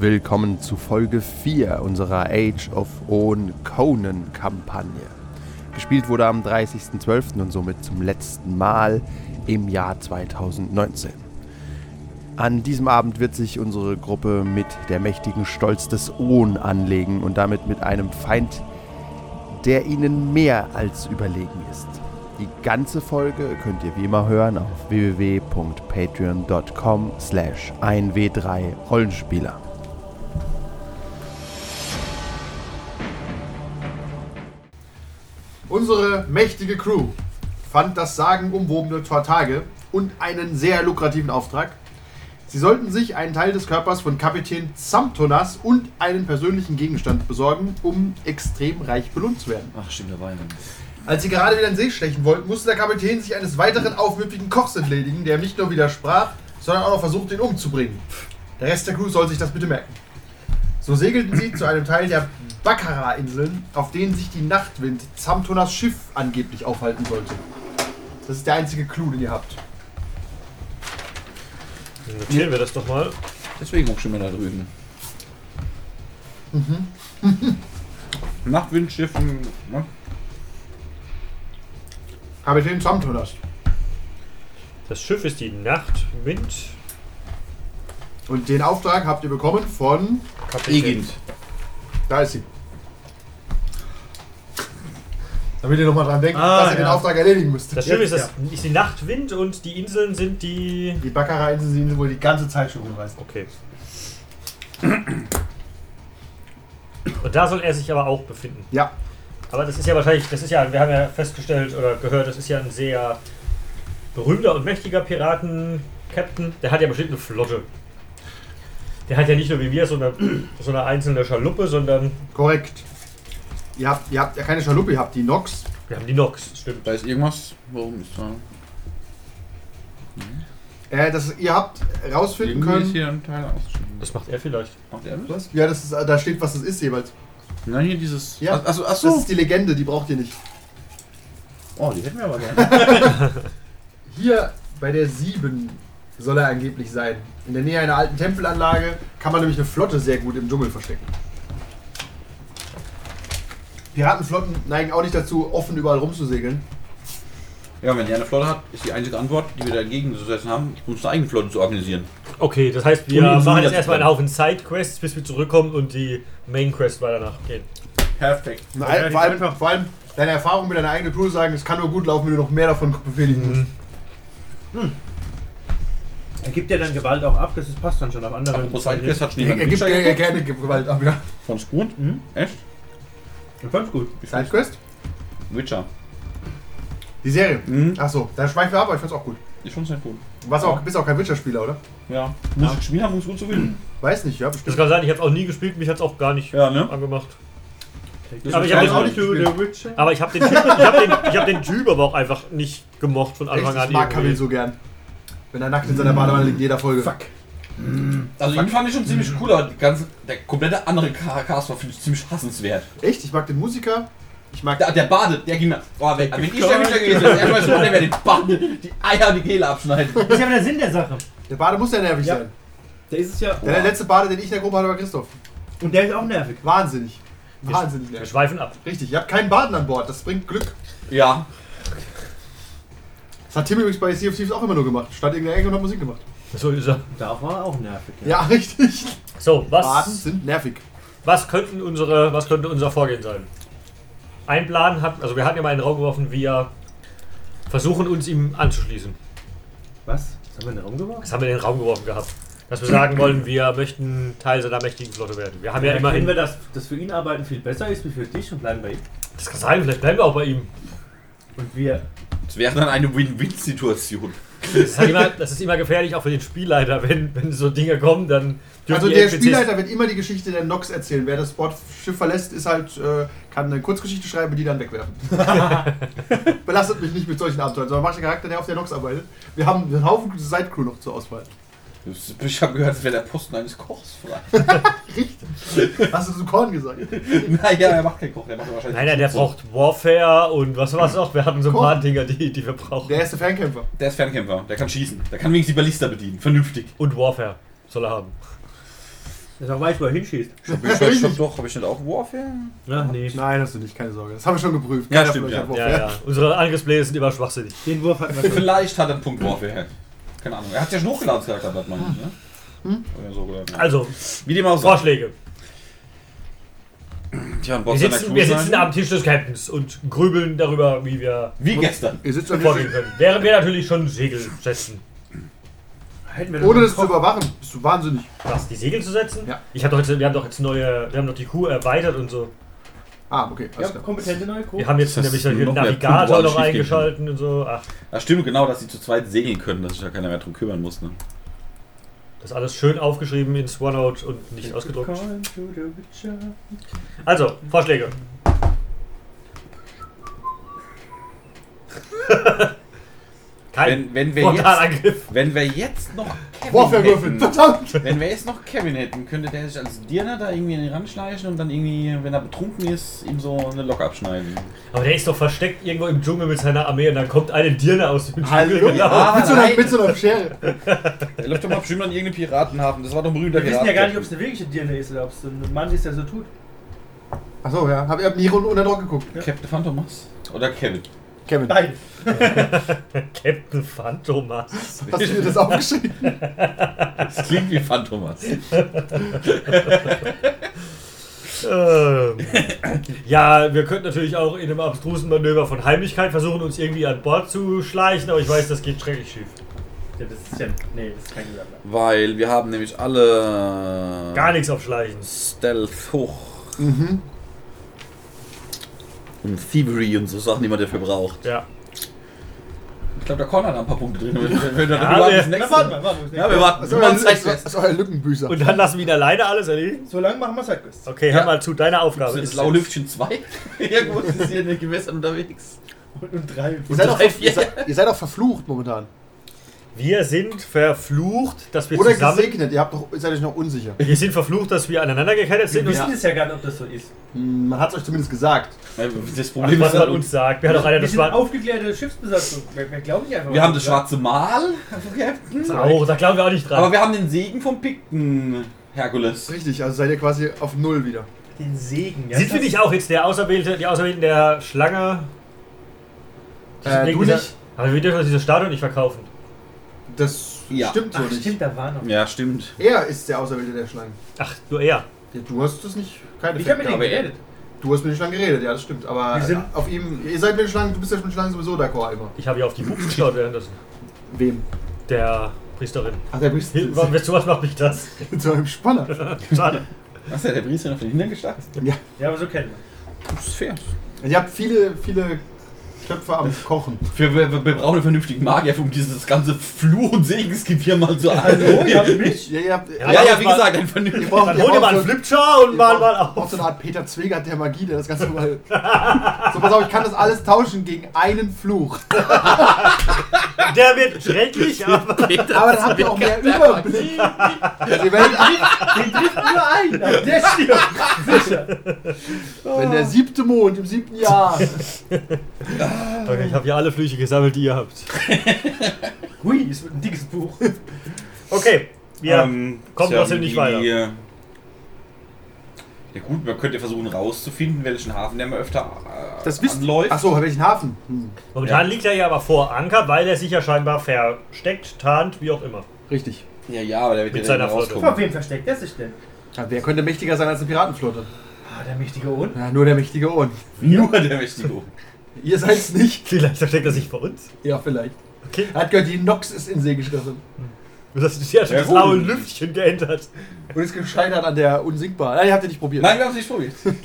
Willkommen zu Folge 4 unserer Age of Own Conan Kampagne. Gespielt wurde am 30.12. und somit zum letzten Mal im Jahr 2019. An diesem Abend wird sich unsere Gruppe mit der mächtigen Stolz des Own anlegen und damit mit einem Feind, der ihnen mehr als überlegen ist. Die ganze Folge könnt ihr wie immer hören auf www.patreon.com slash 1w3 Rollenspieler. Unsere mächtige Crew fand das sagenumwobene Tortage und einen sehr lukrativen Auftrag. Sie sollten sich einen Teil des Körpers von Kapitän Samtonas und einen persönlichen Gegenstand besorgen, um extrem reich belohnt zu werden. Ach, stimmt, da war einer. Als sie gerade wieder in See stechen wollten, musste der Kapitän sich eines weiteren aufmüpfigen Kochs entledigen, der ihm nicht nur widersprach, sondern auch noch versuchte, ihn umzubringen. Der Rest der Crew soll sich das bitte merken. So segelten sie zu einem Teil der Baccarat-Inseln, auf denen sich die Nachtwind Zamtonas Schiff angeblich aufhalten sollte. Das ist der einzige Clou, den ihr habt. Dann Notieren wir das doch mal. Deswegen auch schon mal da drüben. Nachtwindschiffen. Ne? Kapitän Zamtonas. Das Schiff ist die Nachtwind. Und den Auftrag habt ihr bekommen von... Kapitän. Da ist sie. Damit ihr nochmal dran denkt, Ah, dass ihr den ja. Auftrag erledigen müsst. Das Schiff ist, das, ist die Nachtwind und die Inseln sind die. Die Baccarat-Inseln sind wohl die ganze Zeit schon rumreißen. Okay. Und da soll er sich aber auch befinden. Ja, Aber das ist ja wahrscheinlich, das ist ja, wir haben ja festgestellt oder gehört, das ist ja ein sehr berühmter und mächtiger Piraten-Captain. Der hat ja bestimmt eine Flotte. Der hat ja nicht nur wie wir so eine, so eine einzelne Schaluppe, sondern korrekt. Ihr habt, ihr habt ja keine Schaluppe, ihr habt die Nox. wir haben die Nox, stimmt. Da ist irgendwas. Warum ist da? Äh, das, ihr habt rausfinden Irgendwie ist können. hier ein Teil ausgeschrieben. Das macht er vielleicht. Macht er das? Ja, das ist, da steht, was das ist jeweils. Nein, hier dieses. Ja. Ach, achso, Das achso. ist die Legende, die braucht ihr nicht. Oh, die hätten wir aber gerne. Hier bei der 7 soll er angeblich sein. In der Nähe einer alten Tempelanlage kann man nämlich eine Flotte sehr gut im Dschungel verstecken. Piratenflotten neigen auch nicht dazu, offen überall rumzusegeln. ja, wenn der eine Flotte hat, ist die einzige Antwort, die wir dagegen zu setzen haben, unsere eigene Flotte zu organisieren. Okay, das heißt, wir Und uns machen jetzt niederzubrennen. erstmal also einen Haufen Sidequests, bis wir zurückkommen und die Mainquest weiter nachgehen. Perfekt. Nein, vor, allem, vor allem deine Erfahrung mit deiner eigenen Tour sagen, es kann nur gut laufen, wenn du noch mehr davon befehligen musst. Er gibt ja dann Gewalt auch ab, das ist- passt dann schon auf anderen. Apropos Sidequest hat schon Er, jemand er gibt einen ja Witcher gerne Gewalt ab, ja. geguckt? Von Scoot? Mhm. Echt? Ich fand's gut. Sidequest? Witcher. Die Serie. Mhm. Achso, dann schweifen wir ab, aber ich fand's auch gut. Ist schon sehr gut. Du warst auch, bist auch kein Witcher-Spieler, oder? Ja. Muss ich spielen, haben, um es gut zu finden. Weiß nicht, ja, Das bestimmt. kann sein, ich habe auch nie gespielt, mich hat es auch gar nicht Ja, ne? angemacht. Das Aber ist ich hab ein jetzt auch Teil. nicht gespielt. Witcher. Aber ich habe den, Typ- ich hab den, ich hab den Typ aber auch einfach nicht gemocht von Echt, Anfang ich an. mag Kamil irgendwie. so gern. Wenn er nackt in seiner Badewanne liegt, in jeder Folge. Fuck. Also ihn fand ich schon ziemlich cool, aber die ganze, der komplette andere Ka- Cast war finde ich ziemlich hassenswert. Echt, ich mag den Musiker. Ich mag Der, der badet, der ging mir. Boah, wenn, wenn ich der Witcher gewesen wäre, der Witcher, der wäre den Baden, die Eier die Kehle abschneiden. Das ist ja aber der Sinn der Sache. Der Bade muss ja nervig Ja. sein. Der ist es ja. Der letzte Bade, den ich in der Gruppe hatte, war Christoph. Und der ist auch nervig. Wahnsinnig. Wahnsinnig Wir nervig. schweifen ab. Richtig, ihr habt keinen Baden an Bord, das bringt Glück. Ja. Das hat Tim übrigens bei Sea of Thieves auch immer nur gemacht. Stand in der Ecke und hat Musik gemacht. So ist er. Da war er auch nervig. Ja, richtig. So, Baden was, sind nervig. was, könnten unsere, was könnte unser Vorgehen sein? Ein Plan hat, also wir hatten ja mal in den Raum geworfen, wir versuchen uns ihm anzuschließen. Was? Das haben wir in den Raum geworfen? Das haben wir in den Raum geworfen gehabt. Dass wir sagen wollen, wir möchten Teil seiner mächtigen Flotte werden. Wir haben ja, Ja, immerhin. immerhin. wir, dass das für ihn arbeiten viel besser ist wie für dich und bleiben bei ihm. das kann sein, vielleicht bleiben wir auch bei ihm. Und wir. Es wäre dann eine Win-Win-Situation. Das ist, halt immer, das ist immer gefährlich, auch für den Spielleiter, wenn, wenn so Dinge kommen, dann dürfen Also die der NPCs Spielleiter wird immer die Geschichte der Nox erzählen. Wer das Bordschiff verlässt, ist halt, äh, kann eine Kurzgeschichte schreiben, die dann wegwerfen. Belastet mich nicht mit solchen Abenteuern, sondern macht den Charakter, der auf der Nox arbeitet. Wir haben einen Haufen Side-Crew noch zur Auswahl. Ich habe gehört, es wäre der Posten eines Kochs frei. Hast du zu Korn gesagt? naja, er macht keinen Koch, er macht wahrscheinlich. Nein, nein, der braucht Warfare und was war's noch? Wir hatten so ein Komm. paar Dinger, die, die wir brauchen. Der erste Fernkämpfer. Der ist Fernkämpfer, der kann schießen. Der kann wenigstens die Ballista bedienen. Vernünftig. Und Warfare soll er haben. Dass er weiß, wo er hinschießt. Ich hab- ich hab doch, habe ich nicht auch Warfare? Na, nee. Nein, hast du nicht, keine Sorge. Das haben wir schon geprüft. Ja, Keiner von stimmt, euch ja. hat Wurf, Ja, ja. Unsere Angriffspläne sind immer schwachsinnig. Den Wurf hatten wir schon. Also Vielleicht hat er einen Punkt Warfare. Keine Ahnung. Er hat ja schon hochgeladen, das Charakter, hat man nicht, ne? Oder so, oder? Also, Wie dem auch sei. Vorschläge. Tja, ein Wir Boss seiner sitzen, Crew wir sein. sitzen am Tisch des Captains und grübeln darüber, wie wir Wie gestern. Ihr sitzt am vorgehen Tisch, können. Während wir natürlich schon Segel setzen. Hätten wir doch ohne mal das zu überwachen. Bist du wahnsinnig. Was, die Segel zu setzen? Ja. Ich hab doch jetzt, wir haben doch jetzt neue, wir haben doch die Crew erweitert und so. Ah, okay, Ja, alles klar. kompetente neue Crew. Wir haben jetzt Das nämlich Oh. ist den noch mehr Navigator Punkt, wo noch alles schief gehen kann. eingeschalten und so. Ach, Ja, stimmt genau, dass sie zu zweit segeln können, dass sich da keiner mehr drum kümmern muss, ne? das alles schön aufgeschrieben in Swanout und nicht ausgedruckt. Call to the Witcher. Also, Vorschläge. Kein Wenn, wenn, wir jetzt, Frontalangriff. wenn wir jetzt noch Kevin Warfare-Würfel, hätten, verdammt! wenn wir jetzt noch Kevin hätten, könnte der sich als Dirner da irgendwie in den Rand schleichen und dann irgendwie, wenn er betrunken ist, ihm so eine Lok abschneiden. Aber der ist doch versteckt irgendwo im Dschungel mit seiner Armee und dann kommt eine Dirne aus dem Dschungel. Hallo? Genau. Mit so einer, mit so einer Schere. Er läuft doch mal bestimmt an irgendeinen Piratenhafen, das war doch ein berühmter Wir wissen ja gar nicht, ob es Piraten. eine wirkliche Dirne ist oder ob es ein Mann ist, der so tut. Achso, ja. Hab, ihr habt Niro unter Druck geguckt. Captain Phantomas? Oder Kevin? Kevin, Nein. Captain Phantomas. hast du dir das aufgeschrieben? Das klingt wie Phantomas. ähm. Ja, wir könnten natürlich auch in einem abstrusen Manöver von Heimlichkeit versuchen, uns irgendwie an Bord zu schleichen, aber ich weiß, das geht schrecklich schief. Ja, das ist ja. Nee, das ist kein Gelaber. Weil wir haben nämlich alle Gar nichts auf Schleichen. Stealth hoch und Thievery und so Sachen, die man dafür braucht. Ja. Ich glaube, der Connor hat ein paar Punkte drin. Wenn, wenn Ja, wir- Also, Na, warte mal, warte mal. Ja, wir warten. Das Wir ist euer, machen es recht das fest. ist euer Lückenbüßer. Und dann lassen wir ihn alleine alles erledigen? So lange machen halt wir Sidequests. Okay, hör Ja. mal zu, deine Das Aufgabe ist jetzt- Laulüftchen 2. Irgendwo ist hier in den Gewässern unterwegs. Und, und drei. Ihr seid, auch, drei, vier. ihr, seid, ihr seid auch verflucht momentan. Wir sind verflucht, dass wir Oder zusammen. gesegnet. Ihr habt doch, ihr seid euch noch unsicher. Wir sind verflucht, dass wir aneinander gekettet Wir sind. wissen Und es ja gar nicht, ob das so ist. Hm, Man hat es euch zumindest gesagt. Das Ach, Problem Also, was ist, man uns sagt. Wir haben doch einer Wir das sind eine war. aufgeklärte Schiffsbesatzung. Wir, wir glauben nicht einfach. wir was haben wir das sagen. schwarze Mal vom Captain. Oh, da glauben wir auch nicht Aber dran. wir haben den Segen vom Pikten Herkules. Richtig, also seid ihr quasi auf Null wieder. Den Segen. sind wir nicht auch jetzt der Auserwählte, die Auserwählten der Schlange? Die sind Äh, wegen du dieser- nicht? Aber wir dürfen uns diese Statue nicht verkaufen. Das Ja. stimmt so Ach, nicht. stimmt, da war noch. Ja, stimmt. Er ist der Auserwählte der Schlangen. Ach, nur er. Ja, du hast das nicht. Keine Ich habe mit Effekte, denen aber er- geredet. aber Du hast mit den Schlangen geredet, ja, das stimmt. Aber Wir sind- auf ihm. Ihr seid mit den Schlangen, du bist ja mit den Schlangen sowieso d'accord immer. Ich habe ja auf die Buchsen geschaut währenddessen. Wem? Der Priesterin. Ach, der bist Hilton, warum zu wirst du was macht mich das? einem Spanner. Schade. Was hat der Priester auf den Hintern geschlagen? Ja, aber so kennen wir. Das ist fair. Also Ihr habt viele, viele Köpfe am Kochen. Wir, wir, wir brauchen einen vernünftigen Magier, um dieses ganze Fluch- und Segensgewirr mal zu Hallo, ihr habt halten. mich? Ja, ihr habt. Ja, Ja, ja, wie mal- gesagt, ein Ihr vernünftiger. braucht, Dann ihr hol dir braucht mal einen so- Flipchart und ihr mal braucht- mal ihr braucht auf. so eine Art Peter Zwegert der Magie, der das Ganze mal. so, pass auf, ich kann das alles tauschen gegen einen Fluch. oh, Der wird schrecklich, aber. Aber dann habt ihr auch mehr Überblick. Also ihr werdet, Den trifft nur ein. aber Der stirbt. Sicher. wenn der siebte Mond im siebten Jahr. Okay, ich habe hier alle Flüche gesammelt, die ihr habt. Hui, ist ein dickes Buch. Okay, wir Ähm, kommen tja, trotzdem nicht die- weiter. Ja gut, man könnte versuchen rauszufinden, welchen Hafen der mal öfter äh, Das wisst anläuft. Achso, welchen Hafen? Hm, Momentan Ja. liegt er ja aber vor Anker, weil er sich ja scheinbar versteckt, tarnt, wie auch immer. richtig. Ja, ja, aber der wird Mit ja seiner Flotte. Vor rauskommen. wem versteckt er sich denn? Ja, wer könnte mächtiger sein als eine Piratenflotte? Ah, der mächtige Ohn. Ja, nur der mächtige Ohren. Nur der mächtige Ihr seid's nicht. Vielleicht versteckt er sich vor uns. Ja, vielleicht. Okay. Er hat gehört, die Nox ist in See geschlossen. Das ist ja schon Ja, das gut. blaue Lüftchen geändert. Und ist gescheitert an der Unsinkbar. Nein, ihr habt ihr nicht probiert. Nein, wir haben es nicht probiert.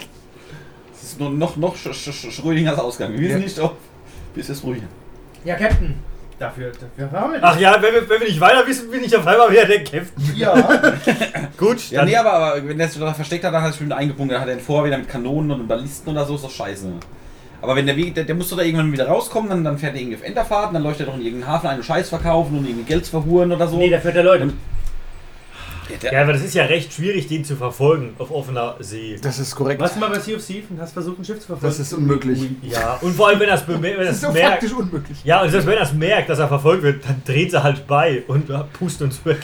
Das ist nur noch, noch Sch Sch Sch Schrödingers Ausgang. Wir wissen Ja. nicht, ob bis es ruhig Ja, Captain. Dafür, dafür haben wir Ach ja, wenn wir, wenn wir nicht weiter wissen, bin ich auf einmal wieder der Captain. Ja. Gut, Ja, dann nee, aber, aber wenn der sich da versteckt hat, dann hat er sich mit eingebunden. Dann hat er ihn vorher wieder mit Kanonen und Ballisten oder so, ist doch scheiße. Aber wenn der Weg, der, der muss doch da irgendwann wieder rauskommen, dann, dann fährt er irgendwie auf Enterfahrten, dann läuft er doch in irgendeinen Hafen einen Scheiß verkaufen und irgendwie Geld verhuren oder so. Nee, der führt der Leute. Der- der- Ja, aber das ist ja recht schwierig, den zu verfolgen auf offener See. Das ist korrekt. Warst du mal bei Sea of Thieves und hast versucht, ein Schiff zu verfolgen? Das ist unmöglich. Ja, und vor allem, wenn er es bemer- wenn Das ist er's so merkt. faktisch unmöglich. Ja, und selbst wenn er es merkt, dass er verfolgt wird, dann dreht er halt bei und äh, pustet uns weg.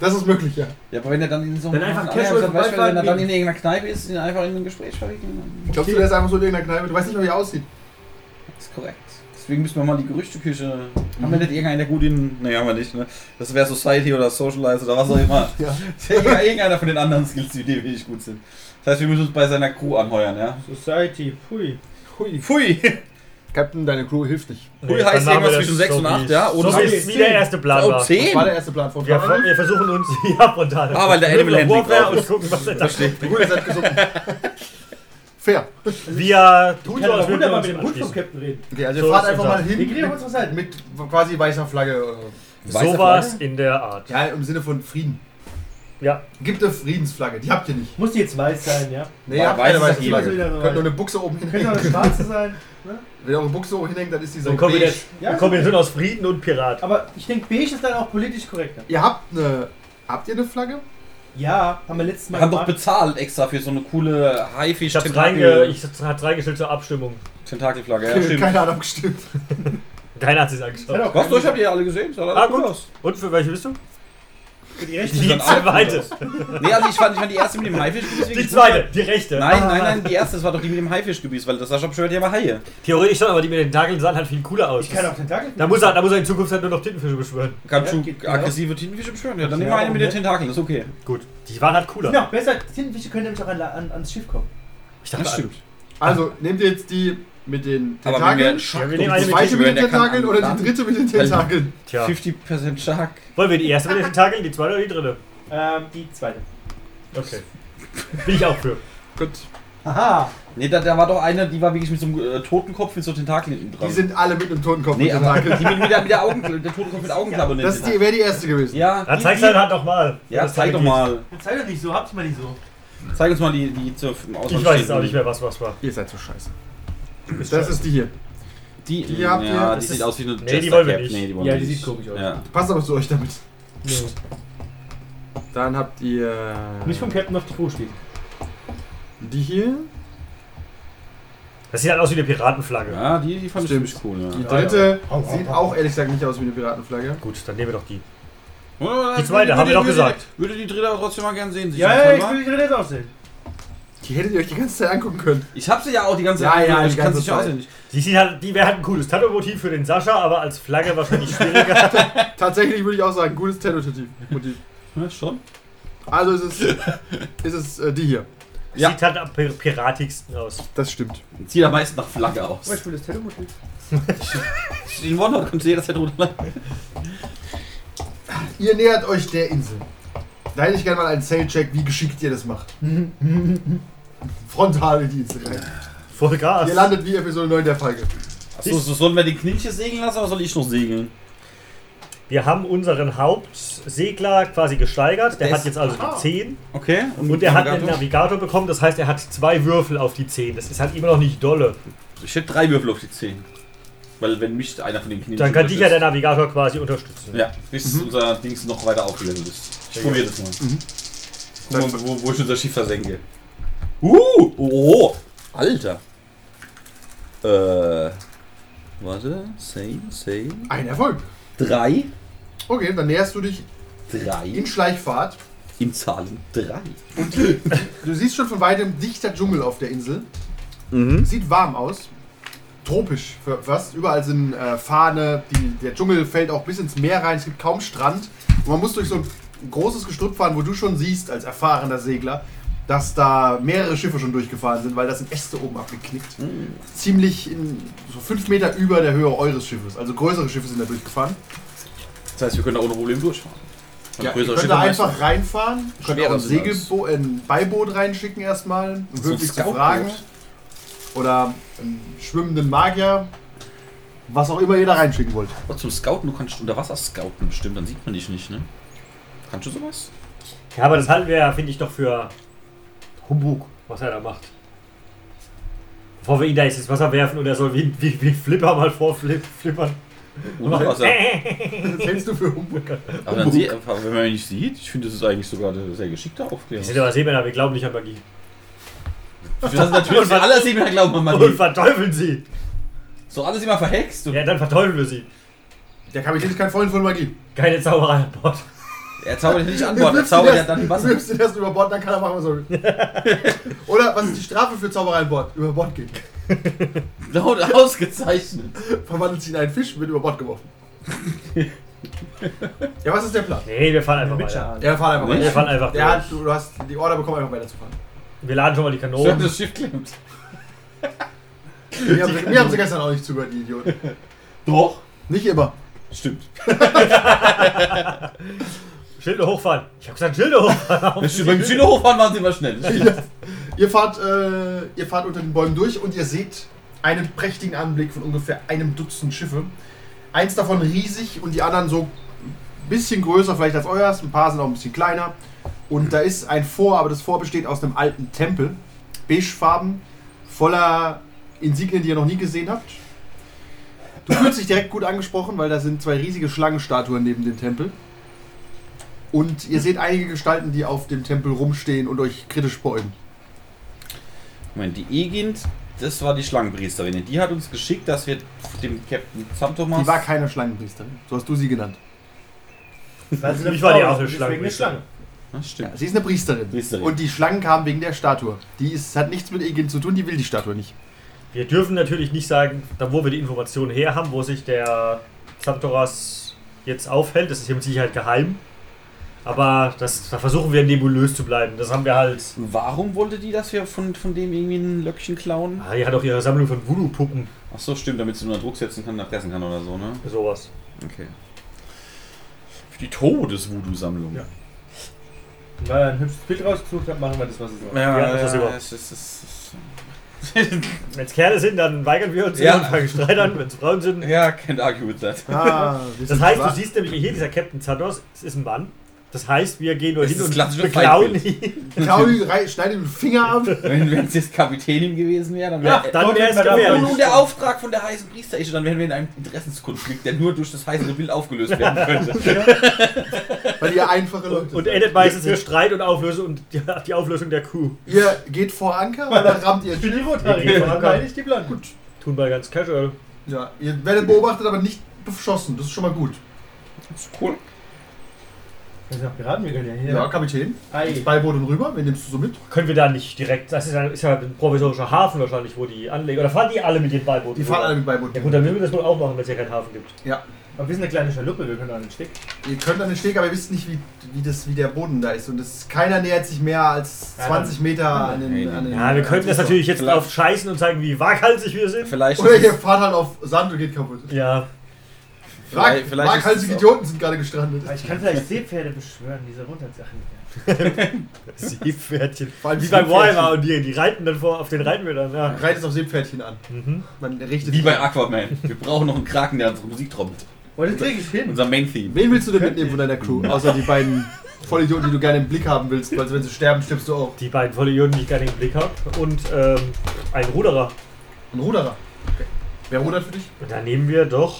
Das ist möglich, ja. Ja, aber wenn er dann in so Dann einem einfach Ah, casual ja, zum Beispiel, wenn er vorbeifahren, dann in irgendeiner Kneipe ist, ihn einfach in ein Gespräch verwickeln. Glaubst du, der ist einfach so in irgendeiner Kneipe? Du weißt nicht mehr, wie er aussieht. Das ist korrekt. Deswegen müssen wir mal die Gerüchteküche. Haben wir nicht irgendeinen, der gut in. Nee, haben wir nicht, ne? Das wäre Society oder Socialize oder was auch immer. Ja. Das wäre irgendein- irgendeiner von den anderen Skills, die die wirklich gut sind. Das heißt, wir müssen uns bei seiner Crew anheuern, ja? Society, pui. Hui. Pfui! Captain, deine Crew hilft nicht. Hui heißt irgendwas zwischen 6 und 8, ja? Oder Oder so wie es wie der erste Plan Oh, war. 10? Das war der erste Plan von Wir, Fabian. wir versuchen uns ja spontan. Ah, weil der Animal Handling Warfare drauf ist. und gucken, was er da Die Gute seid gesund. Fair. Wir Ich tun kann so, als würden aber wir wunderbar uns mit dem Hut vom anschließen. Captain reden. Okay, also So ihr fahrt ist einfach unser- mal hin. Wir kriegen mit- auf unsere Seite. Mit quasi weißer Flagge. Weiße Sowas Flagge? in der Art. äh, Ja, im Sinne von Frieden. Ja. Gibt eine Friedensflagge, die habt ihr nicht. Muss die jetzt weiß sein, ja? Nee, ihr habt Weiß keine ist weiße das Flagge. hier. Könnt nur eine Buchse oben Könnte auch hinhängen. eine schwarze sein. Wenn ihr eure Buchse oben hinhängt, dann ist die so Dann kommen wir beige. jetzt. Ja, Eine Kombination aus Frieden und Pirat. Aber ich denke, beige ist dann auch politisch korrekter. Ihr habt eine... Habt ihr eine Flagge? Ja, haben wir letztes Mal Wir haben doch bezahlt extra für so eine coole Ich hab's reinge Haifisch-Tentakel- ich hab's reingestellt zur Abstimmung. Tentakelflagge. Ja, stimmt. Keine Ahnung, gestimmt. Keiner hat sich's angeschaut. Was, durch habt ihr alle gesehen? Sah Ah, alles gut. aus. Und für welche bist du? für die Rechte. Die sind alle gut zweite. aus. Nee, also ich fand, ich fand die erste mit dem Haifisch. Die zweite, Ah. die rechte. Nein, nein, nein, die erste, das war doch die mit dem Haifischgebiss, weil das Sascha beschwört ja mal Haie. Theoretisch schon, aber die mit den Tentakeln sahen halt viel cooler aus. Ich kann auch Tentakel. Da muss, er, da muss er in Zukunft halt nur noch Tintenfische beschwören. Kannst Ja, du geht genau. aggressive Tintenfische beschwören? Ja, dann Ja, nehmen wir eine mit den ne? Tentakeln, ist okay. Gut, die waren halt cooler. Ja, besser. Tintenfische können nämlich auch an, an, ans Schiff kommen. Ich dachte, ah, Also, nehmt ihr jetzt die mit den Aber wenn wir Tentakeln? Shark Ja, wir durch nehmen die eine Die mit zweite mit den Welt schwören, der Tentakeln kann oder an- die dritte mit den Tentakeln? tja. 50% Shark. Wollen wir die erste mit den Tentakeln, die zweite oder die dritte? Ähm, die zweite. Okay. Bin ich auch für. Gut. Aha. Nee, da, da war doch eine, die war wirklich mit so einem äh, Totenkopf mit so Tentakeln hinten dran. Die sind alle mit einem Totenkopf nee, mit aber Tentakeln. die mit, mit, der, mit der Augen, der Totenkopf mit Augenklappe Das ist die- wäre die erste gewesen. Ja, Dann die- zeig's die- halt halt doch mal. Ja, Das zeig doch geht. mal. Zeig doch nicht so, hab's mal nicht so. Zeig uns mal die, die zur im Ausland Ich weiß jetzt stehenden. auch nicht mehr, was was war. Ihr seid so scheiße. Ist Das scheiße. ist die hier. Die, Die ja, habt ihr- die das sieht ist- aus wie eine die Jester wollen wir Cap. nicht. Nee, die wollen Ja, wir die nicht. sieht komisch aus. Ja. Passt aber zu euch damit. Nee. Dann habt ihr. äh, Nicht vom Captain auf die Crew steht. Die hier. Das sieht halt aus wie eine Piratenflagge. ja, die, die fand ich Stimmt. ziemlich cool. Ja. Die dritte sieht auch ehrlich gesagt nicht aus wie eine Piratenflagge. Gut, dann nehmen wir doch die. Oder- Die zweite, würde- haben wir doch würde- gesagt. Würde die dritte aber trotzdem mal gern sehen. sich Ja, das ja, mal ich mal. will die dritte jetzt auch sehen. Die hättet ihr euch die ganze Zeit angucken können. ich hab sie ja auch die ganze Ja, ja, ich die kann ganze sie ja Zeit. auswendig. Die, sieht halt, die wäre halt ein cooles Tattoo-Motiv für den Sascha, aber als Flagge wahrscheinlich schwieriger. Tatsächlich würde ich auch sagen, gutes Tentativ-Motiv. Ja, schon. Also ist es, ist es äh, die hier. Ja. Sieht halt am pir- piratigsten aus. Das stimmt. Sieht am meisten nach Flagge Zum aus. Beispiel das Telemotiv. Den Wonder kommt jederzeit runter. Ihr nähert euch der Insel. Da hätte ich gerne mal einen Sail-Check, wie geschickt ihr das macht. Frontal in die Insel rein. Voll Gas. Ihr landet wie Episode 9 der Falke. Achso, so sollen wir den Knilche segeln lassen oder soll ich noch segeln? Wir haben unseren Hauptsegler quasi gesteigert. Der Der hat ist- jetzt also Aha. die 10 Okay. und er hat einen Navigator bekommen. Das heißt, er hat zwei Würfel auf die 10. Das ist halt immer noch nicht dolle. Ich hätte drei Würfel auf die 10. Weil wenn mich einer von den Knilchen. Dann kann dich ja der unterstützt- Navigator quasi unterstützen. Ja, bis Mhm. unser Dings noch weiter aufgelevelt ist. Ich probiere das mal. Guck mal, wo, wo ich unser Schiff versenke. Uh! Oh! Alter! Äh. Warte. Same, same. Ein Erfolg. Drei. Okay, dann näherst du dich in Drei. Schleichfahrt. Im Zahlen drei. Du siehst schon von weitem dichter Dschungel auf der Insel. Mhm. Sieht warm aus. Tropisch für fast. Überall sind äh, Fahne. Die, der Dschungel fällt auch bis ins Meer rein. Es gibt kaum Strand. Und man muss durch so ein großes Gestrüpp fahren, wo du schon siehst, als erfahrener Segler, dass da mehrere Schiffe schon durchgefahren sind, weil das sind Äste oben abgeknickt. Ziemlich in, so fünf Meter über der Höhe eures Schiffes. Also größere Schiffe sind da durchgefahren. Das heißt, wir können da ohne Probleme durchfahren. Weil Ja, ihr größere könnt Schiffe da meistens- einfach reinfahren, könnt auch Schwere ein, sind das. Segelbo ein Beiboot reinschicken erstmal, um So ein höflich zu Scoutboot. fragen. Oder einen schwimmenden Magier. Was auch immer ihr da reinschicken wollt. Oh, zum Scouten, du kannst unter Wasser scouten, stimmt, dann sieht man dich nicht, ne? Kannst du sowas? Ja, aber das halten wir ja, finde ich, doch für Humbug, was er da macht. Bevor wir ihn da jetzt ins Wasser werfen und er soll wie, wie, wie Flipper mal Äh, vorflippern. Unter Wasser. Das hältst du für Humbug. Aber dann sie, aber wenn man ihn nicht sieht, ich finde, das ist eigentlich sogar eine sehr geschickte Wir Aufklärung. sind aber Seemänner, wir glauben nicht an Magie. Das ist natürlich für alle Siebener glauben wir mal Und nicht. verteufeln sie! So alles immer verhext. Und Ja, dann verteufeln wir sie. Der Kapitän ist kein Freund von Magie. Keine Zauberei an Bord. Er zaubert nicht an Bord, er zaubert ja dann im Wasser. wirfst ihn erst über Bord, dann kann er machen, was er will. Oder was ist die Strafe für Zauberei an Bord? Über Bord gehen. Laut ausgezeichnet. Verwandelt sich in einen Fisch, wird über Bord geworfen. ja, was ist der Plan? Nee, wir fahren einfach Mit weiter. Ja, fahr einfach Wir weiter. fahren einfach Der durch. hat, du, du hast die Order bekommen, einfach weiterzufahren. Wir laden schon mal die Schön, Kanonen. das Schiff klemmt. Mir haben, sie, mir haben sie gestern auch nicht zugehört, die Idioten. Doch. Nicht immer. Stimmt. Schilder hochfahren. Ich hab gesagt, Schilder hochfahren. Beim Schülerhochfahren waren sie immer schnell. Ihr fahrt, äh, ihr fahrt unter den Bäumen durch und ihr seht einen prächtigen Anblick von ungefähr einem Dutzend Schiffe. Eins davon riesig und die anderen so ein bisschen größer vielleicht als euers, ein paar sind auch ein bisschen kleiner. Und da ist ein Vor, aber das Vor besteht aus einem alten Tempel, beigefarben, voller Insignien, die ihr noch nie gesehen habt. Du fühlst dich direkt gut angesprochen, weil da sind zwei riesige Schlangenstatuen neben dem Tempel. Und ihr seht einige Gestalten, die auf dem Tempel rumstehen und euch kritisch bäumen. Moment, die Egind, das war die Schlangenpriesterin. Die hat uns geschickt, dass wir dem Captain Santomas. Die war keine Schlangenpriesterin. So hast du sie genannt. Weil sie eine Ich war ja Frau auch eine ist, deswegen Schlange. Ah, Ja, stimmt. sie ist eine Priesterin. Priesterin. Und die Schlangen kamen wegen der Statue. Die ist, hat nichts mit Egin zu tun, die will die Statue nicht. Wir dürfen natürlich nicht sagen, da wo wir die Informationen her haben, wo sich der Santoras jetzt aufhält. Das ist hier mit Sicherheit geheim. Aber das, da versuchen wir nebulös zu bleiben. Das haben wir halt. Warum wollte die, dass wir von, von dem irgendwie ein Löckchen klauen? Ah, die hat auch ihre Sammlung von Voodoo-Puppen. Ach so, stimmt, damit sie nur unter Druck setzen kann und erpressen kann oder so, ne? Sowas. Okay. Für die Todes-Voodoo-Sammlung. Ja. Weil er ein hübsches Bild rausgesucht hat, machen wir das, was es soll. ja, Ja, das ist überhaupt- es ist- es Wenn es Kerle sind, dann weigern wir uns Ja. ja. und fangen Streit an. Wenn es Frauen ist- sind. ja, can't argue with that. Ah, Das heißt, du siehst nämlich hier, dieser Captain Santos es ist ein Mann. Das heißt, wir gehen nur Das hin ist und klassische beklauen Feindbild. ihn. Kauli rei- schneide den Finger ab. Wenn wenn sie jetzt Kapitänin gewesen wäre, dann Ja, wäre. dann wäre es Ja, und gefährlich. nun der Auftrag von der heißen Priesteräsche, dann wären wir in einem Interessenskonflikt, der nur durch das heißere Bild aufgelöst werden könnte. Weil ihr einfache Leute Und seid. endet meistens in Streit und Auflösung und die, die Auflösung der Crew. Ihr geht vor Anker, weil dann rammt ihr Für die Schiff. Wir Rothaarige, gehen voran. nein, nicht die Blonden. Gut. Tun wir ganz casual. Ja, ihr werdet beobachtet, aber nicht beschossen. Das ist schon mal gut. Das ist cool. Das ist auch Piraten, wir können ja hier. Ja, Kapitän. Ei. Beiboot und rüber. Wen nimmst du so mit? Können wir da nicht direkt, das ist ja, ist ja ein provisorischer Hafen wahrscheinlich, wo die anlegen. Oder fahren die alle mit den Beibooten? Die fahren alle mit Beiboot. Ja gut, dann würden wir das wohl auch machen, wenn es ja keinen Hafen gibt. Ja. Aber wir sind eine kleine Schaluppe, wir können auch nicht stecken. Ihr könnt an den Steg, aber ihr wisst nicht, wie, wie, das, wie der Boden da ist. Und es, keiner nähert sich mehr als Ja, 20 Meter an den. Ja, An den Ja, wir könnten das natürlich jetzt Vielleicht- drauf scheißen und zeigen, wie waghalsig wir sind. Vielleicht Oder ist ihr es, fahrt halt auf Sand und geht kaputt. Ja, Mark, vielleicht, vielleicht ist es Markhalsige Idioten sind gerade gestrandet. Ah, Ich kann vielleicht Seepferde beschwören, diese runterzachen. Seepferdchen. Vor allem Wie bei Seepferdchen. Warhammer und die, die reiten dann vor auf den Reitmüllern. Ja. Reitet es auf Seepferdchen an. Mhm. Man richtet wie bei Aquaman. Wir brauchen noch einen Kraken, der unsere Musik trommelt. Und das krieg ich hin. Unser Main-Theme. Wen willst du denn mitnehmen von deiner Crew? Außer die beiden Vollidioten, die du gerne im Blick haben willst, weil wenn sie sterben, stirbst du auch. Die beiden Vollidioten, die ich gerade im Blick habe. Und ähm, ein Ruderer. Ein Ruderer. Okay. Wer rudert für dich? Und da nehmen wir doch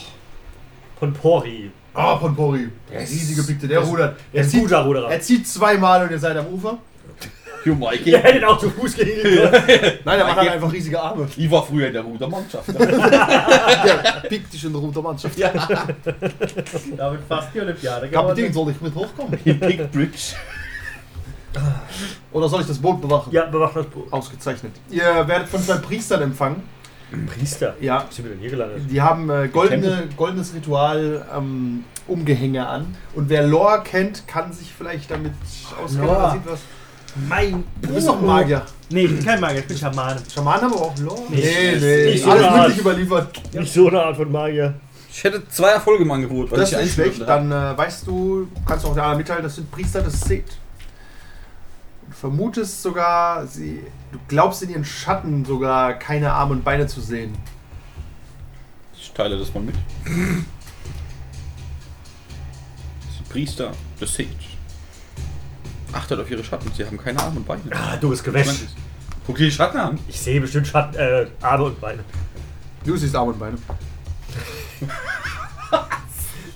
Ponpori. Ah, Ponpori. Der Yes. riesige Pikte, der rudert. Der Er ist zieht, guter Ruderer. er zieht zweimal und ihr seid am Ufer. Yo, Mikey. Ihr hättet auch zu Fuß gehen können. Nein, der macht halt geht- einfach riesige Arme. Ich war früher in der Rudermannschaft. Der pickt dich in der Rudermannschaft. Damit fast die Olympiade Kapitän, gewonnen. soll ich mit hochkommen? Die Big Bridge. Oder soll ich das Boot bewachen? Ja, bewacht das Boot. Ausgezeichnet. Ihr werdet von zwei Priestern empfangen. Priester. Ja, Was sind wir denn hier gelandet? Die haben äh, goldene, goldenes Ritual ähm, Umgehänge an. Und wer Lore kennt, kann sich vielleicht damit auskennen. Lore. oder Sieht was. Mein. Du bist doch ein Magier. Nee, Hm. ich bin kein Magier, ich bin Schamane. Schamanen haben aber auch Lore. Nee, nicht so Alles eine Art. mündlich überliefert. Nicht so eine Art von Magier. Ich hätte zwei Erfolge im Angebot. weil Das ich ist nicht eins schlecht. nur- Dann äh, weißt du, kannst du auch der anderen mitteilen, das sind Priester des Seth. Und vermutest sogar, sie, du glaubst in ihren Schatten sogar keine Arme und Beine zu sehen. Ich teile das mal mit. Das sind Priester, das Sage. Achtet auf ihre Schatten, sie haben keine Arme und Beine. Ah, du bist gewäscht. Guck dir die Schatten an. Ich sehe bestimmt Schatten, äh, Arme und Beine. Du siehst Arme und Beine.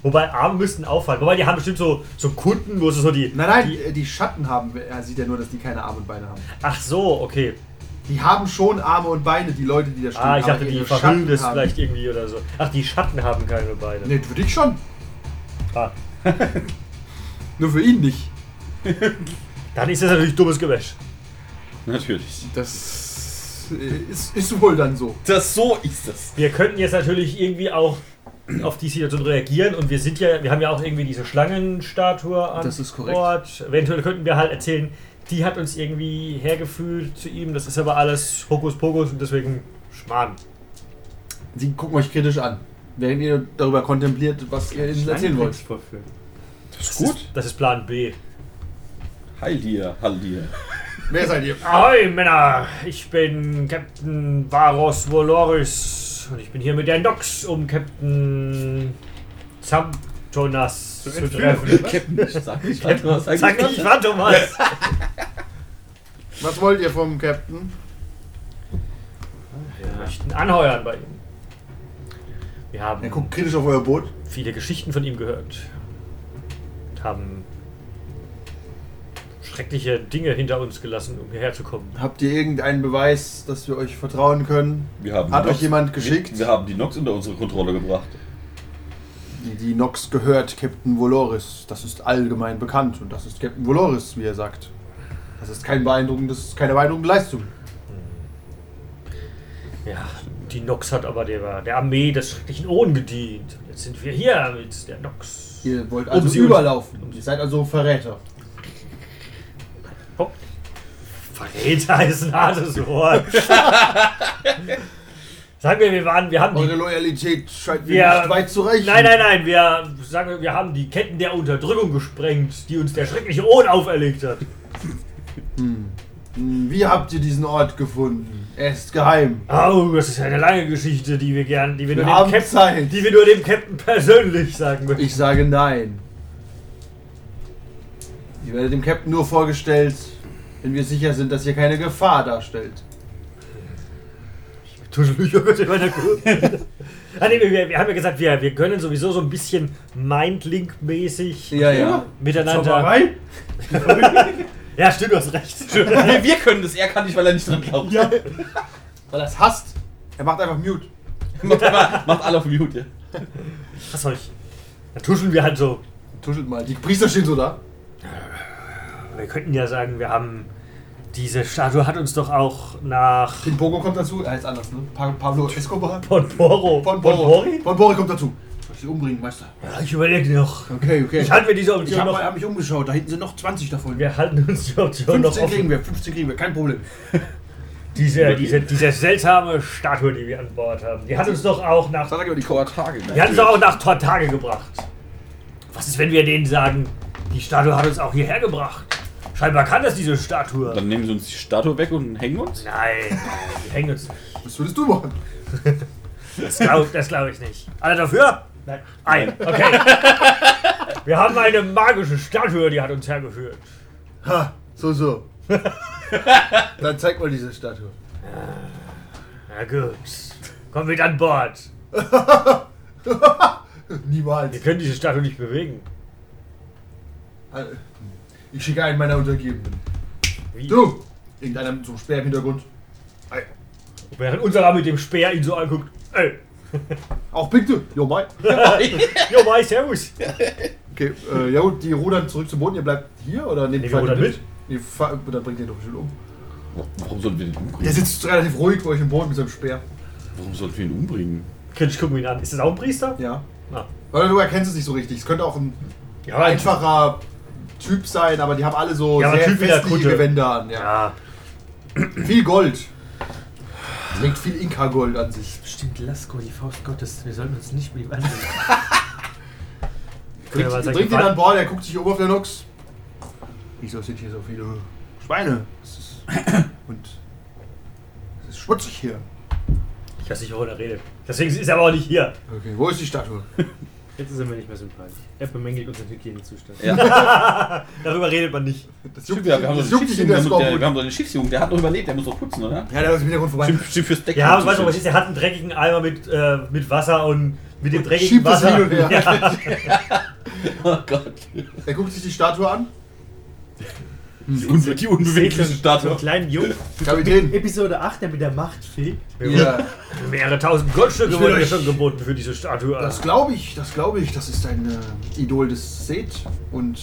Wobei Arme müssten auffallen. Wobei die haben bestimmt so, so Kunden, wo sie so die. Nein, nein, die, die Schatten haben, er sieht ja nur, dass die keine Arme und Beine haben. Ach so, okay. Die haben schon Arme und Beine, die Leute, die da stehen. Ah, ich dachte, aber die ihre verhüllen Schatten das haben- vielleicht irgendwie oder so. Ach, die Schatten haben keine Beine. Nee, für dich schon. Ah. Nur für ihn nicht. Dann ist das natürlich dummes Gewäsch. Natürlich. Das äh, ist, ist wohl dann so. Das so ist es. Wir könnten jetzt natürlich irgendwie auch auf die Situation reagieren und wir sind ja, wir haben ja auch irgendwie diese Schlangenstatue an Das ist korrekt. Ort. Eventuell könnten wir halt erzählen, die hat uns irgendwie hergeführt zu ihm, das ist aber alles Hokuspokus und deswegen Schmarrn. Sie gucken euch kritisch an, während ihr darüber kontempliert, was ihr ihnen erzählen wollt. vorführen. Das ist Das ist- Das ist Plan B. Heil dir, heil dir. Wer seid ihr? Ahoi Männer, ich bin Captain Varos Voloris und ich bin hier mit der Nox, um Captain Zamtonas zu, treffen. Captain, ich sag nicht weiter. Sag, Sag nicht, ich war Thomas. Was wollt ihr vom Captain? Wir möchten anheuern bei ihm. Wir Er haben guckt kritisch auf euer Boot. viele Geschichten von ihm gehört. Und haben schreckliche Dinge hinter uns gelassen, um hierher zu kommen. Habt ihr irgendeinen Beweis, dass wir euch vertrauen können? Wir haben Hat die euch Nox- jemand geschickt? Wir, wir haben die Nox unter unsere Kontrolle gebracht. Die, die Nox gehört Captain Voloris. Das ist allgemein bekannt und das ist Captain Voloris, wie er sagt. Das ist kein beeindruckendes, keine beeindruckende Leistung. Ja, die Nox hat aber der, der Armee des schrecklichen Ohren gedient. Jetzt sind wir hier mit der Nox. Ihr wollt also sie uns- überlaufen. ihr seid also Verräter. Hopp. Oh. Verräter ist ein hartes Wort. Sagen wir, wir waren, wir haben die Eure Loyalität scheint mir Ja. nicht weit zu reichen. Nein, nein, nein, wir sagen, wir, wir haben die Ketten der Unterdrückung gesprengt, die uns der schreckliche Ohn auferlegt hat. nein. Wie habt ihr diesen Ort gefunden? Er ist geheim. Oh, das ist eine lange Geschichte, die wir gern, die wir, Wir nur haben dem Captain, Zeit. die wir nur dem Captain persönlich sagen möchten. Ich sage nein. Ihr werdet dem Captain nur vorgestellt, wenn wir sicher sind, dass ihr keine Gefahr darstellt. Tuscheljoghurt in meiner Kurve. ah, nee, wir, wir haben ja gesagt, wir, wir können sowieso so ein bisschen Mindlink-mäßig Ja, ja. miteinander. Ja, stimmt, du hast recht. wir, wir können das, er kann nicht, weil er nicht dran glaubt. Ja. Weil er es hasst. Er macht einfach Mute. Macht, macht alle auf Mute. ja. Was soll ich? Dann tuscheln wir halt so. Tuschelt mal. Die Priester stehen so da. Wir könnten ja sagen, wir haben. Diese Statue hat uns doch auch nach Den Pogo kommt dazu. Er heißt anders, ne? Pa Pablo Escobar. Ponporo. Ponpori? Ponbori kommt dazu. Ich muss sie umbringen, Meister. Ja, ich überlege noch. Okay, okay. Ich halte mir diese Ich Option habe noch. hab mich umgeschaut. Da hinten sind noch 20 davon. Wir halten uns die Option noch 15 offen. kriegen wir, 15 kriegen wir, kein Problem. Diese, diese, diese seltsame Statue, die wir an Bord haben, die hat uns doch auch nach, Sag über die Kord. Kortage. die hat uns doch auch nach Tortage gebracht. Was ist, wenn wir denen sagen, die Statue hat uns auch hierher gebracht? Scheinbar kann das diese Statue. Dann nehmen sie uns die Statue weg und hängen uns? Nein, nein, die hängen uns. nicht. Was würdest du machen? Das glaube das glaub ich nicht. Alle dafür? Nein. Ein. Okay. Wir haben eine magische Statue, die hat uns hergeführt. Ha, so, so. Dann zeig mal diese Statue. Na gut. Kommen wir an Bord. Niemals. Wir können diese Statue nicht bewegen. Äh, Ich schicke einen meiner Untergebenen. Wie? Du! Irgendeiner mit so einem Speer im Hintergrund. Ei. Während unserer mit dem Speer ihn so anguckt. Ey, Auch bitte! Jo, mai. jo, mai, servus. Okay, äh, ja gut, die rudern zurück zum Boden. Ihr bleibt hier oder nehmt Nee, wir Fahrt ihr rudern mit. Ihr fahr- dann bringt ihr doch bestimmt um. Warum sollten wir den umbringen? Ihr sitzt relativ ruhig bei euch im Boden mit seinem Speer. Warum sollten wir ihn umbringen? Kann ich gucken ihn an. Ist das auch ein Priester? Ja. Ah. Weil du erkennst es nicht so richtig. Es könnte auch ein Ja, einfacher Typ sein, aber die haben alle so Ja, aber sehr Typ in der festliche Kutte. Gewänder an. Ja. Ja, Viel Gold. Trägt viel Inka-Gold an sich. Bestimmt Lasko, die Faust Gottes. Wir sollten uns nicht mit ihm anlegen. Ja, Bringt, weil sein bringt ihn Gewand- an Bord, er guckt sich um auf der Nox. Wieso sind hier so viele Schweine? Das ist, und es ist schmutzig hier. ich weiß nicht, worüber er redet. Deswegen ist er aber auch nicht hier. Okay, wo ist die Statue? Jetzt ist er mir nicht mehr sympathisch. Er bemängelt unseren Hygienezustand. Darüber redet man nicht. Das Stimmt, wir, wir haben das doch den juckt dich in Schiffsjungen, der wir haben doch- der- wir Skorpion. haben doch den Schiffsjungen, der hat noch überlebt, der muss doch putzen, oder? Ja, der ist im Hintergrund vorbei. Stimmt, stimmt fürs Deck. Ja, aber weißt du, was ist? Er hat einen dreckigen Eimer mit, äh, mit Wasser und mit dem dreckigen schiebt es Wasser. hin und her. Ja. Oh Gott. Er guckt sich die Statue an. Die, unbe die unbewegliche Statue. kleinen Jungen. Kapitän. Episode 8, der mit der Macht fehlt. Ja, Mehrere tausend Goldstücke Ich will wurden mir euch- schon geboten für diese Statue. das glaube ich, das glaube ich. Das ist ein äh, Idol des Seth und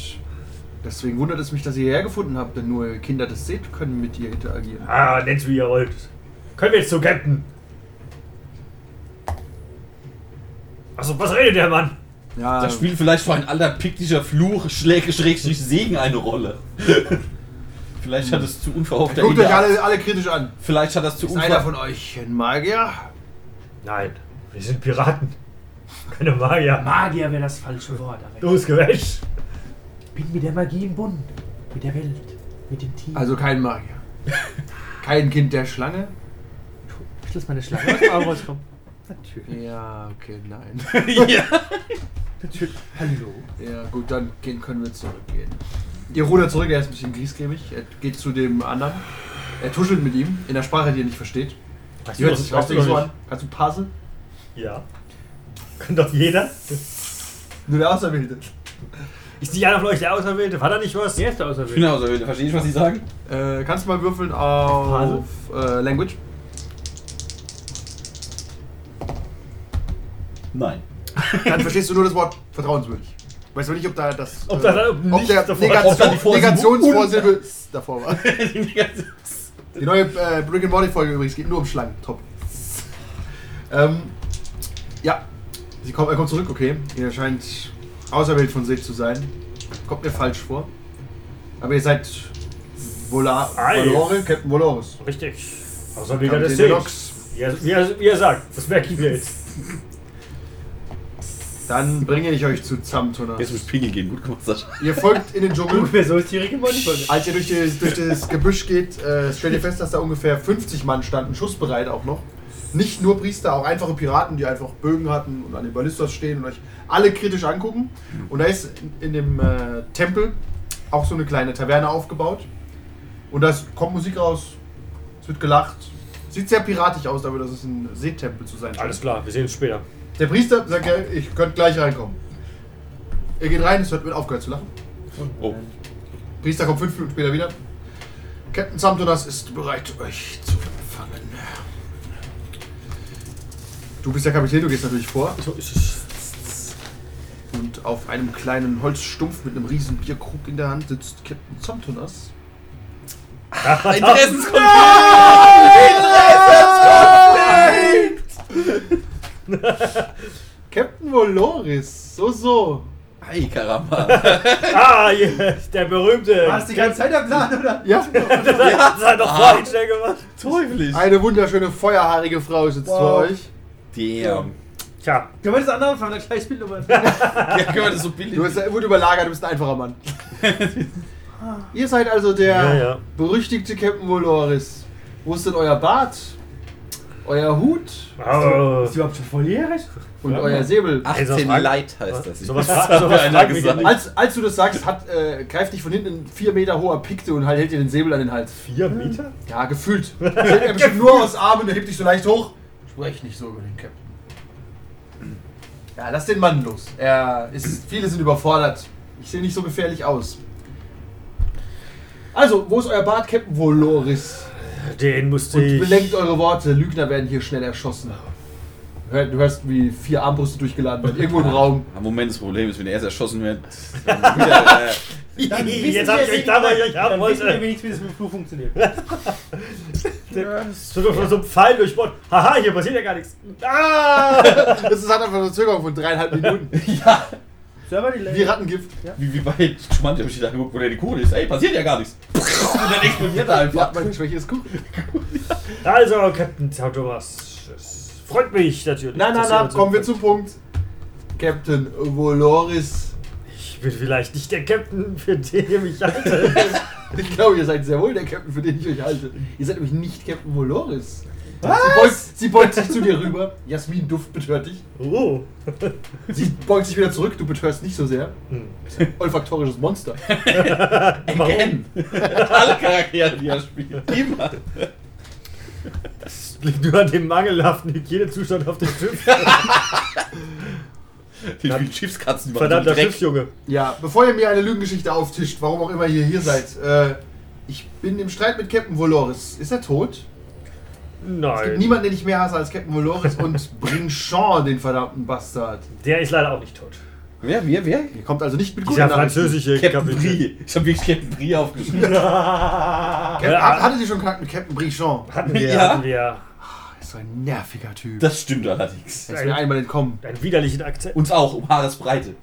Deswegen wundert es mich, dass ihr hierher gefunden habt, denn nur Kinder des Seht können mit ihr interagieren. Ah, nennt's wie ihr wollt. Können wir jetzt zu Captain? Achso, was redet der Mann? Ja, Da spielt vielleicht vor ein alter piktischer Fluch, Schläge, Schrägstrich, Segen eine Rolle. vielleicht hat es zu unverhoffter guckt Ende- euch alle, alle kritisch an. Vielleicht hat das zu Ist einer unver von euch ein Magier? Nein, wir sind Piraten. Keine Magier. Magier wäre das falsche Wort. aber Du bist gewäsch. Ich bin mit der Magie im Bund. Mit der Welt. Mit dem Team. Also kein Magier. Kein Kind der Schlange? ich lasse meine Schlange aus dem Auge rauskommen. Natürlich. Ja, okay, nein. ja. Natürlich. Hallo. Ja, gut, dann gehen, können wir zurückgehen. Ihr rudert zurück, er ist ein bisschen griesgrämig. Er geht zu dem anderen. Er tuschelt mit ihm in der Sprache, die er nicht versteht. Weißt Die hört sich auch weißt nicht so noch an. Kannst du Puzzle? nicht? Ja. Kann doch jeder. Nur der Auserwählte. Ist nicht einer von euch der Auserwählte? War da nicht was? Wer ist der außer Genau, so will. Verstehe ich, was Sie sagen? Äh, kannst du mal würfeln auf äh, Language? Nein. Dann verstehst du nur das Wort vertrauenswürdig. Weißt du nicht, ob da das. Ob da- ob nicht der davor- Negation, ob da die Vorsilbe Negationsvorsilbe davor war. Die neue äh, Brick and Morty Folge übrigens geht nur um Schlangen. Top. Ähm, ja, Sie kommt, er kommt zurück, okay. Ihr scheint auserwählt von sich zu sein. Kommt mir falsch vor. Aber ihr seid Vola Ei. Volore, Captain Voloris. Richtig. Auserwählter Captain des der Sees. Loks. Wie, er- wie, er- wie er sagt, das merke ich mir jetzt. Dann bringe ich euch zu Zamtona. Jetzt muss Pingel gehen. Gut gemacht, Sascha. Ihr folgt in den Dschungel. Ungefähr so ist die Rick and Morty Folge. Als ihr durch, die, durch das Gebüsch geht, äh, stellt ihr fest, dass da ungefähr 50 Mann standen, schussbereit auch noch. Nicht nur Priester, auch einfache Piraten, die einfach Bögen hatten und an den Ballistas stehen und euch alle kritisch angucken. Und da ist in, in dem äh, Tempel auch so eine kleine Taverne aufgebaut. Und da ist- kommt Musik raus, es wird gelacht. Sieht sehr piratig aus, dafür, dass es ein Seetempel zu sein scheint. Alles klar, wir sehen uns später. Der Priester sagt, ja, ich könnte gleich reinkommen. Er geht rein, es wird wird aufgehört zu lachen. Oh. Priester kommt fünf Minuten später wieder. Captain Samtonas ist bereit, euch zu empfangen. Du bist der Kapitän, du gehst natürlich vor. So ist es. Und auf einem kleinen Holzstumpf mit einem riesen Bierkrug in der Hand sitzt Captain Samtonas. Interessenskonflikt. Captain Voloris, so, so. Ei, Karamba. Ah, yes, der berühmte. War es die ganze Zeit Ah. am Plan, oder? Ja, Das hat doch vorhin schnell gemacht. Teuflisch. eine wunderschöne feuerhaarige Frau sitzt Wow. vor euch. Der. Tja, Können wir das andere anfangen? Dann gleich spielen wir. Ja, können wir das so billig. Du bist gut überlagert, du bist ein einfacher Mann. Ihr seid also der Ja, ja. berüchtigte Captain Voloris. Wo ist denn euer Bart? Euer Hut? oh. Ist die überhaupt schon volljährig? Und Ja, euer Mann. Säbel. Also 18 Frank- Light heißt das. Sowas Das fra- hat sowas einer fragt mich gesagt. ja nicht. Als, als du das sagst, hat, äh, greift dich von hinten ein 4 Meter hoher Pikte und halt, hält dir den Säbel an den Hals. Vier Meter? Ja, gefühlt. Er bestimmt nur aus Armen und er hebt dich so leicht hoch. Sprech nicht so über den Captain. Ja, lass den Mann los. Er ist, viele sind überfordert. Ich sehe nicht so gefährlich aus. Also, wo ist euer Bart, Captain Voloris? Den musste Und ich. belenkt eure Worte, Lügner werden hier schnell erschossen. Hör- Du hörst, wie vier Armbrüste durchgeladen werden, irgendwo im Raum. Am Moment, das Problem ist, wenn er erst erschossen wird. dann wieder, äh, Dann wissen Jetzt wir hab ich es euch nicht. da, weil ich euch haben Dann wissen wir wollte. wenigstens, wie das mit dem Fluch funktioniert. äh, So, so, so ein Pfeil durchbohrt. Haha, hier passiert ja gar nichts. Ah! Das ist- hat einfach eine Verzögerung von dreieinhalb Minuten. Server-Delay. Wie Rattengift. Wie, wie bei Schmand, hab ich da geguckt, wo der die Kohle ist. Ey, passiert ja gar nichts. Und dann explodiert er Ja, einfach. meine Schwäche ist Kuchen. Also, Captain Thomas. es Freut mich natürlich. Na, na, dass ihr na, uns- kommen wir zum Punkt. Captain Voloris. Ich bin vielleicht nicht der Captain, für den ihr mich haltet. Ich glaube, ihr seid sehr wohl der Captain, für den ich euch halte. Ihr seid nämlich nicht Captain Voloris. Sie beugt, sie beugt sich zu dir rüber. Jasmin Duft betört dich. Oh. Sie beugt sich wieder zurück. Du betörst nicht so sehr. Hm. Olfaktorisches Monster. Again. Alle Charaktere, die er spielt. Immer. Das liegt nur an dem mangelhaften Hygienezustand auf dem Schiff. Die spielen Schiffskatzen. die machen so Verdammter einen Dreck. Schiffsjunge. Ja, bevor ihr mir eine Lügengeschichte auftischt, warum auch immer ihr hier seid, äh, ich bin im Streit mit Captain Voloris. Ist er tot? Es gibt Nein. niemanden, den ich mehr hasse als Captain Voloris und bring Sean, den verdammten Bastard. Der ist leider auch nicht tot. Wer, wir, wer? Ihr kommt also nicht mit guten Dieser Nachrichten. französische Captain Kapitän. Brie. Ich habe wirklich Captain Brie aufgeschrieben. Captain, Ja. hattet ihr schon Kontakt mit Captain Brichon? Hatten wir, Ja. hatten wir. Das ist so ein nerviger Typ. Das stimmt allerdings. ist mir einmal entkommen. Einen widerlichen Akzent. Uns auch, um Haaresbreite.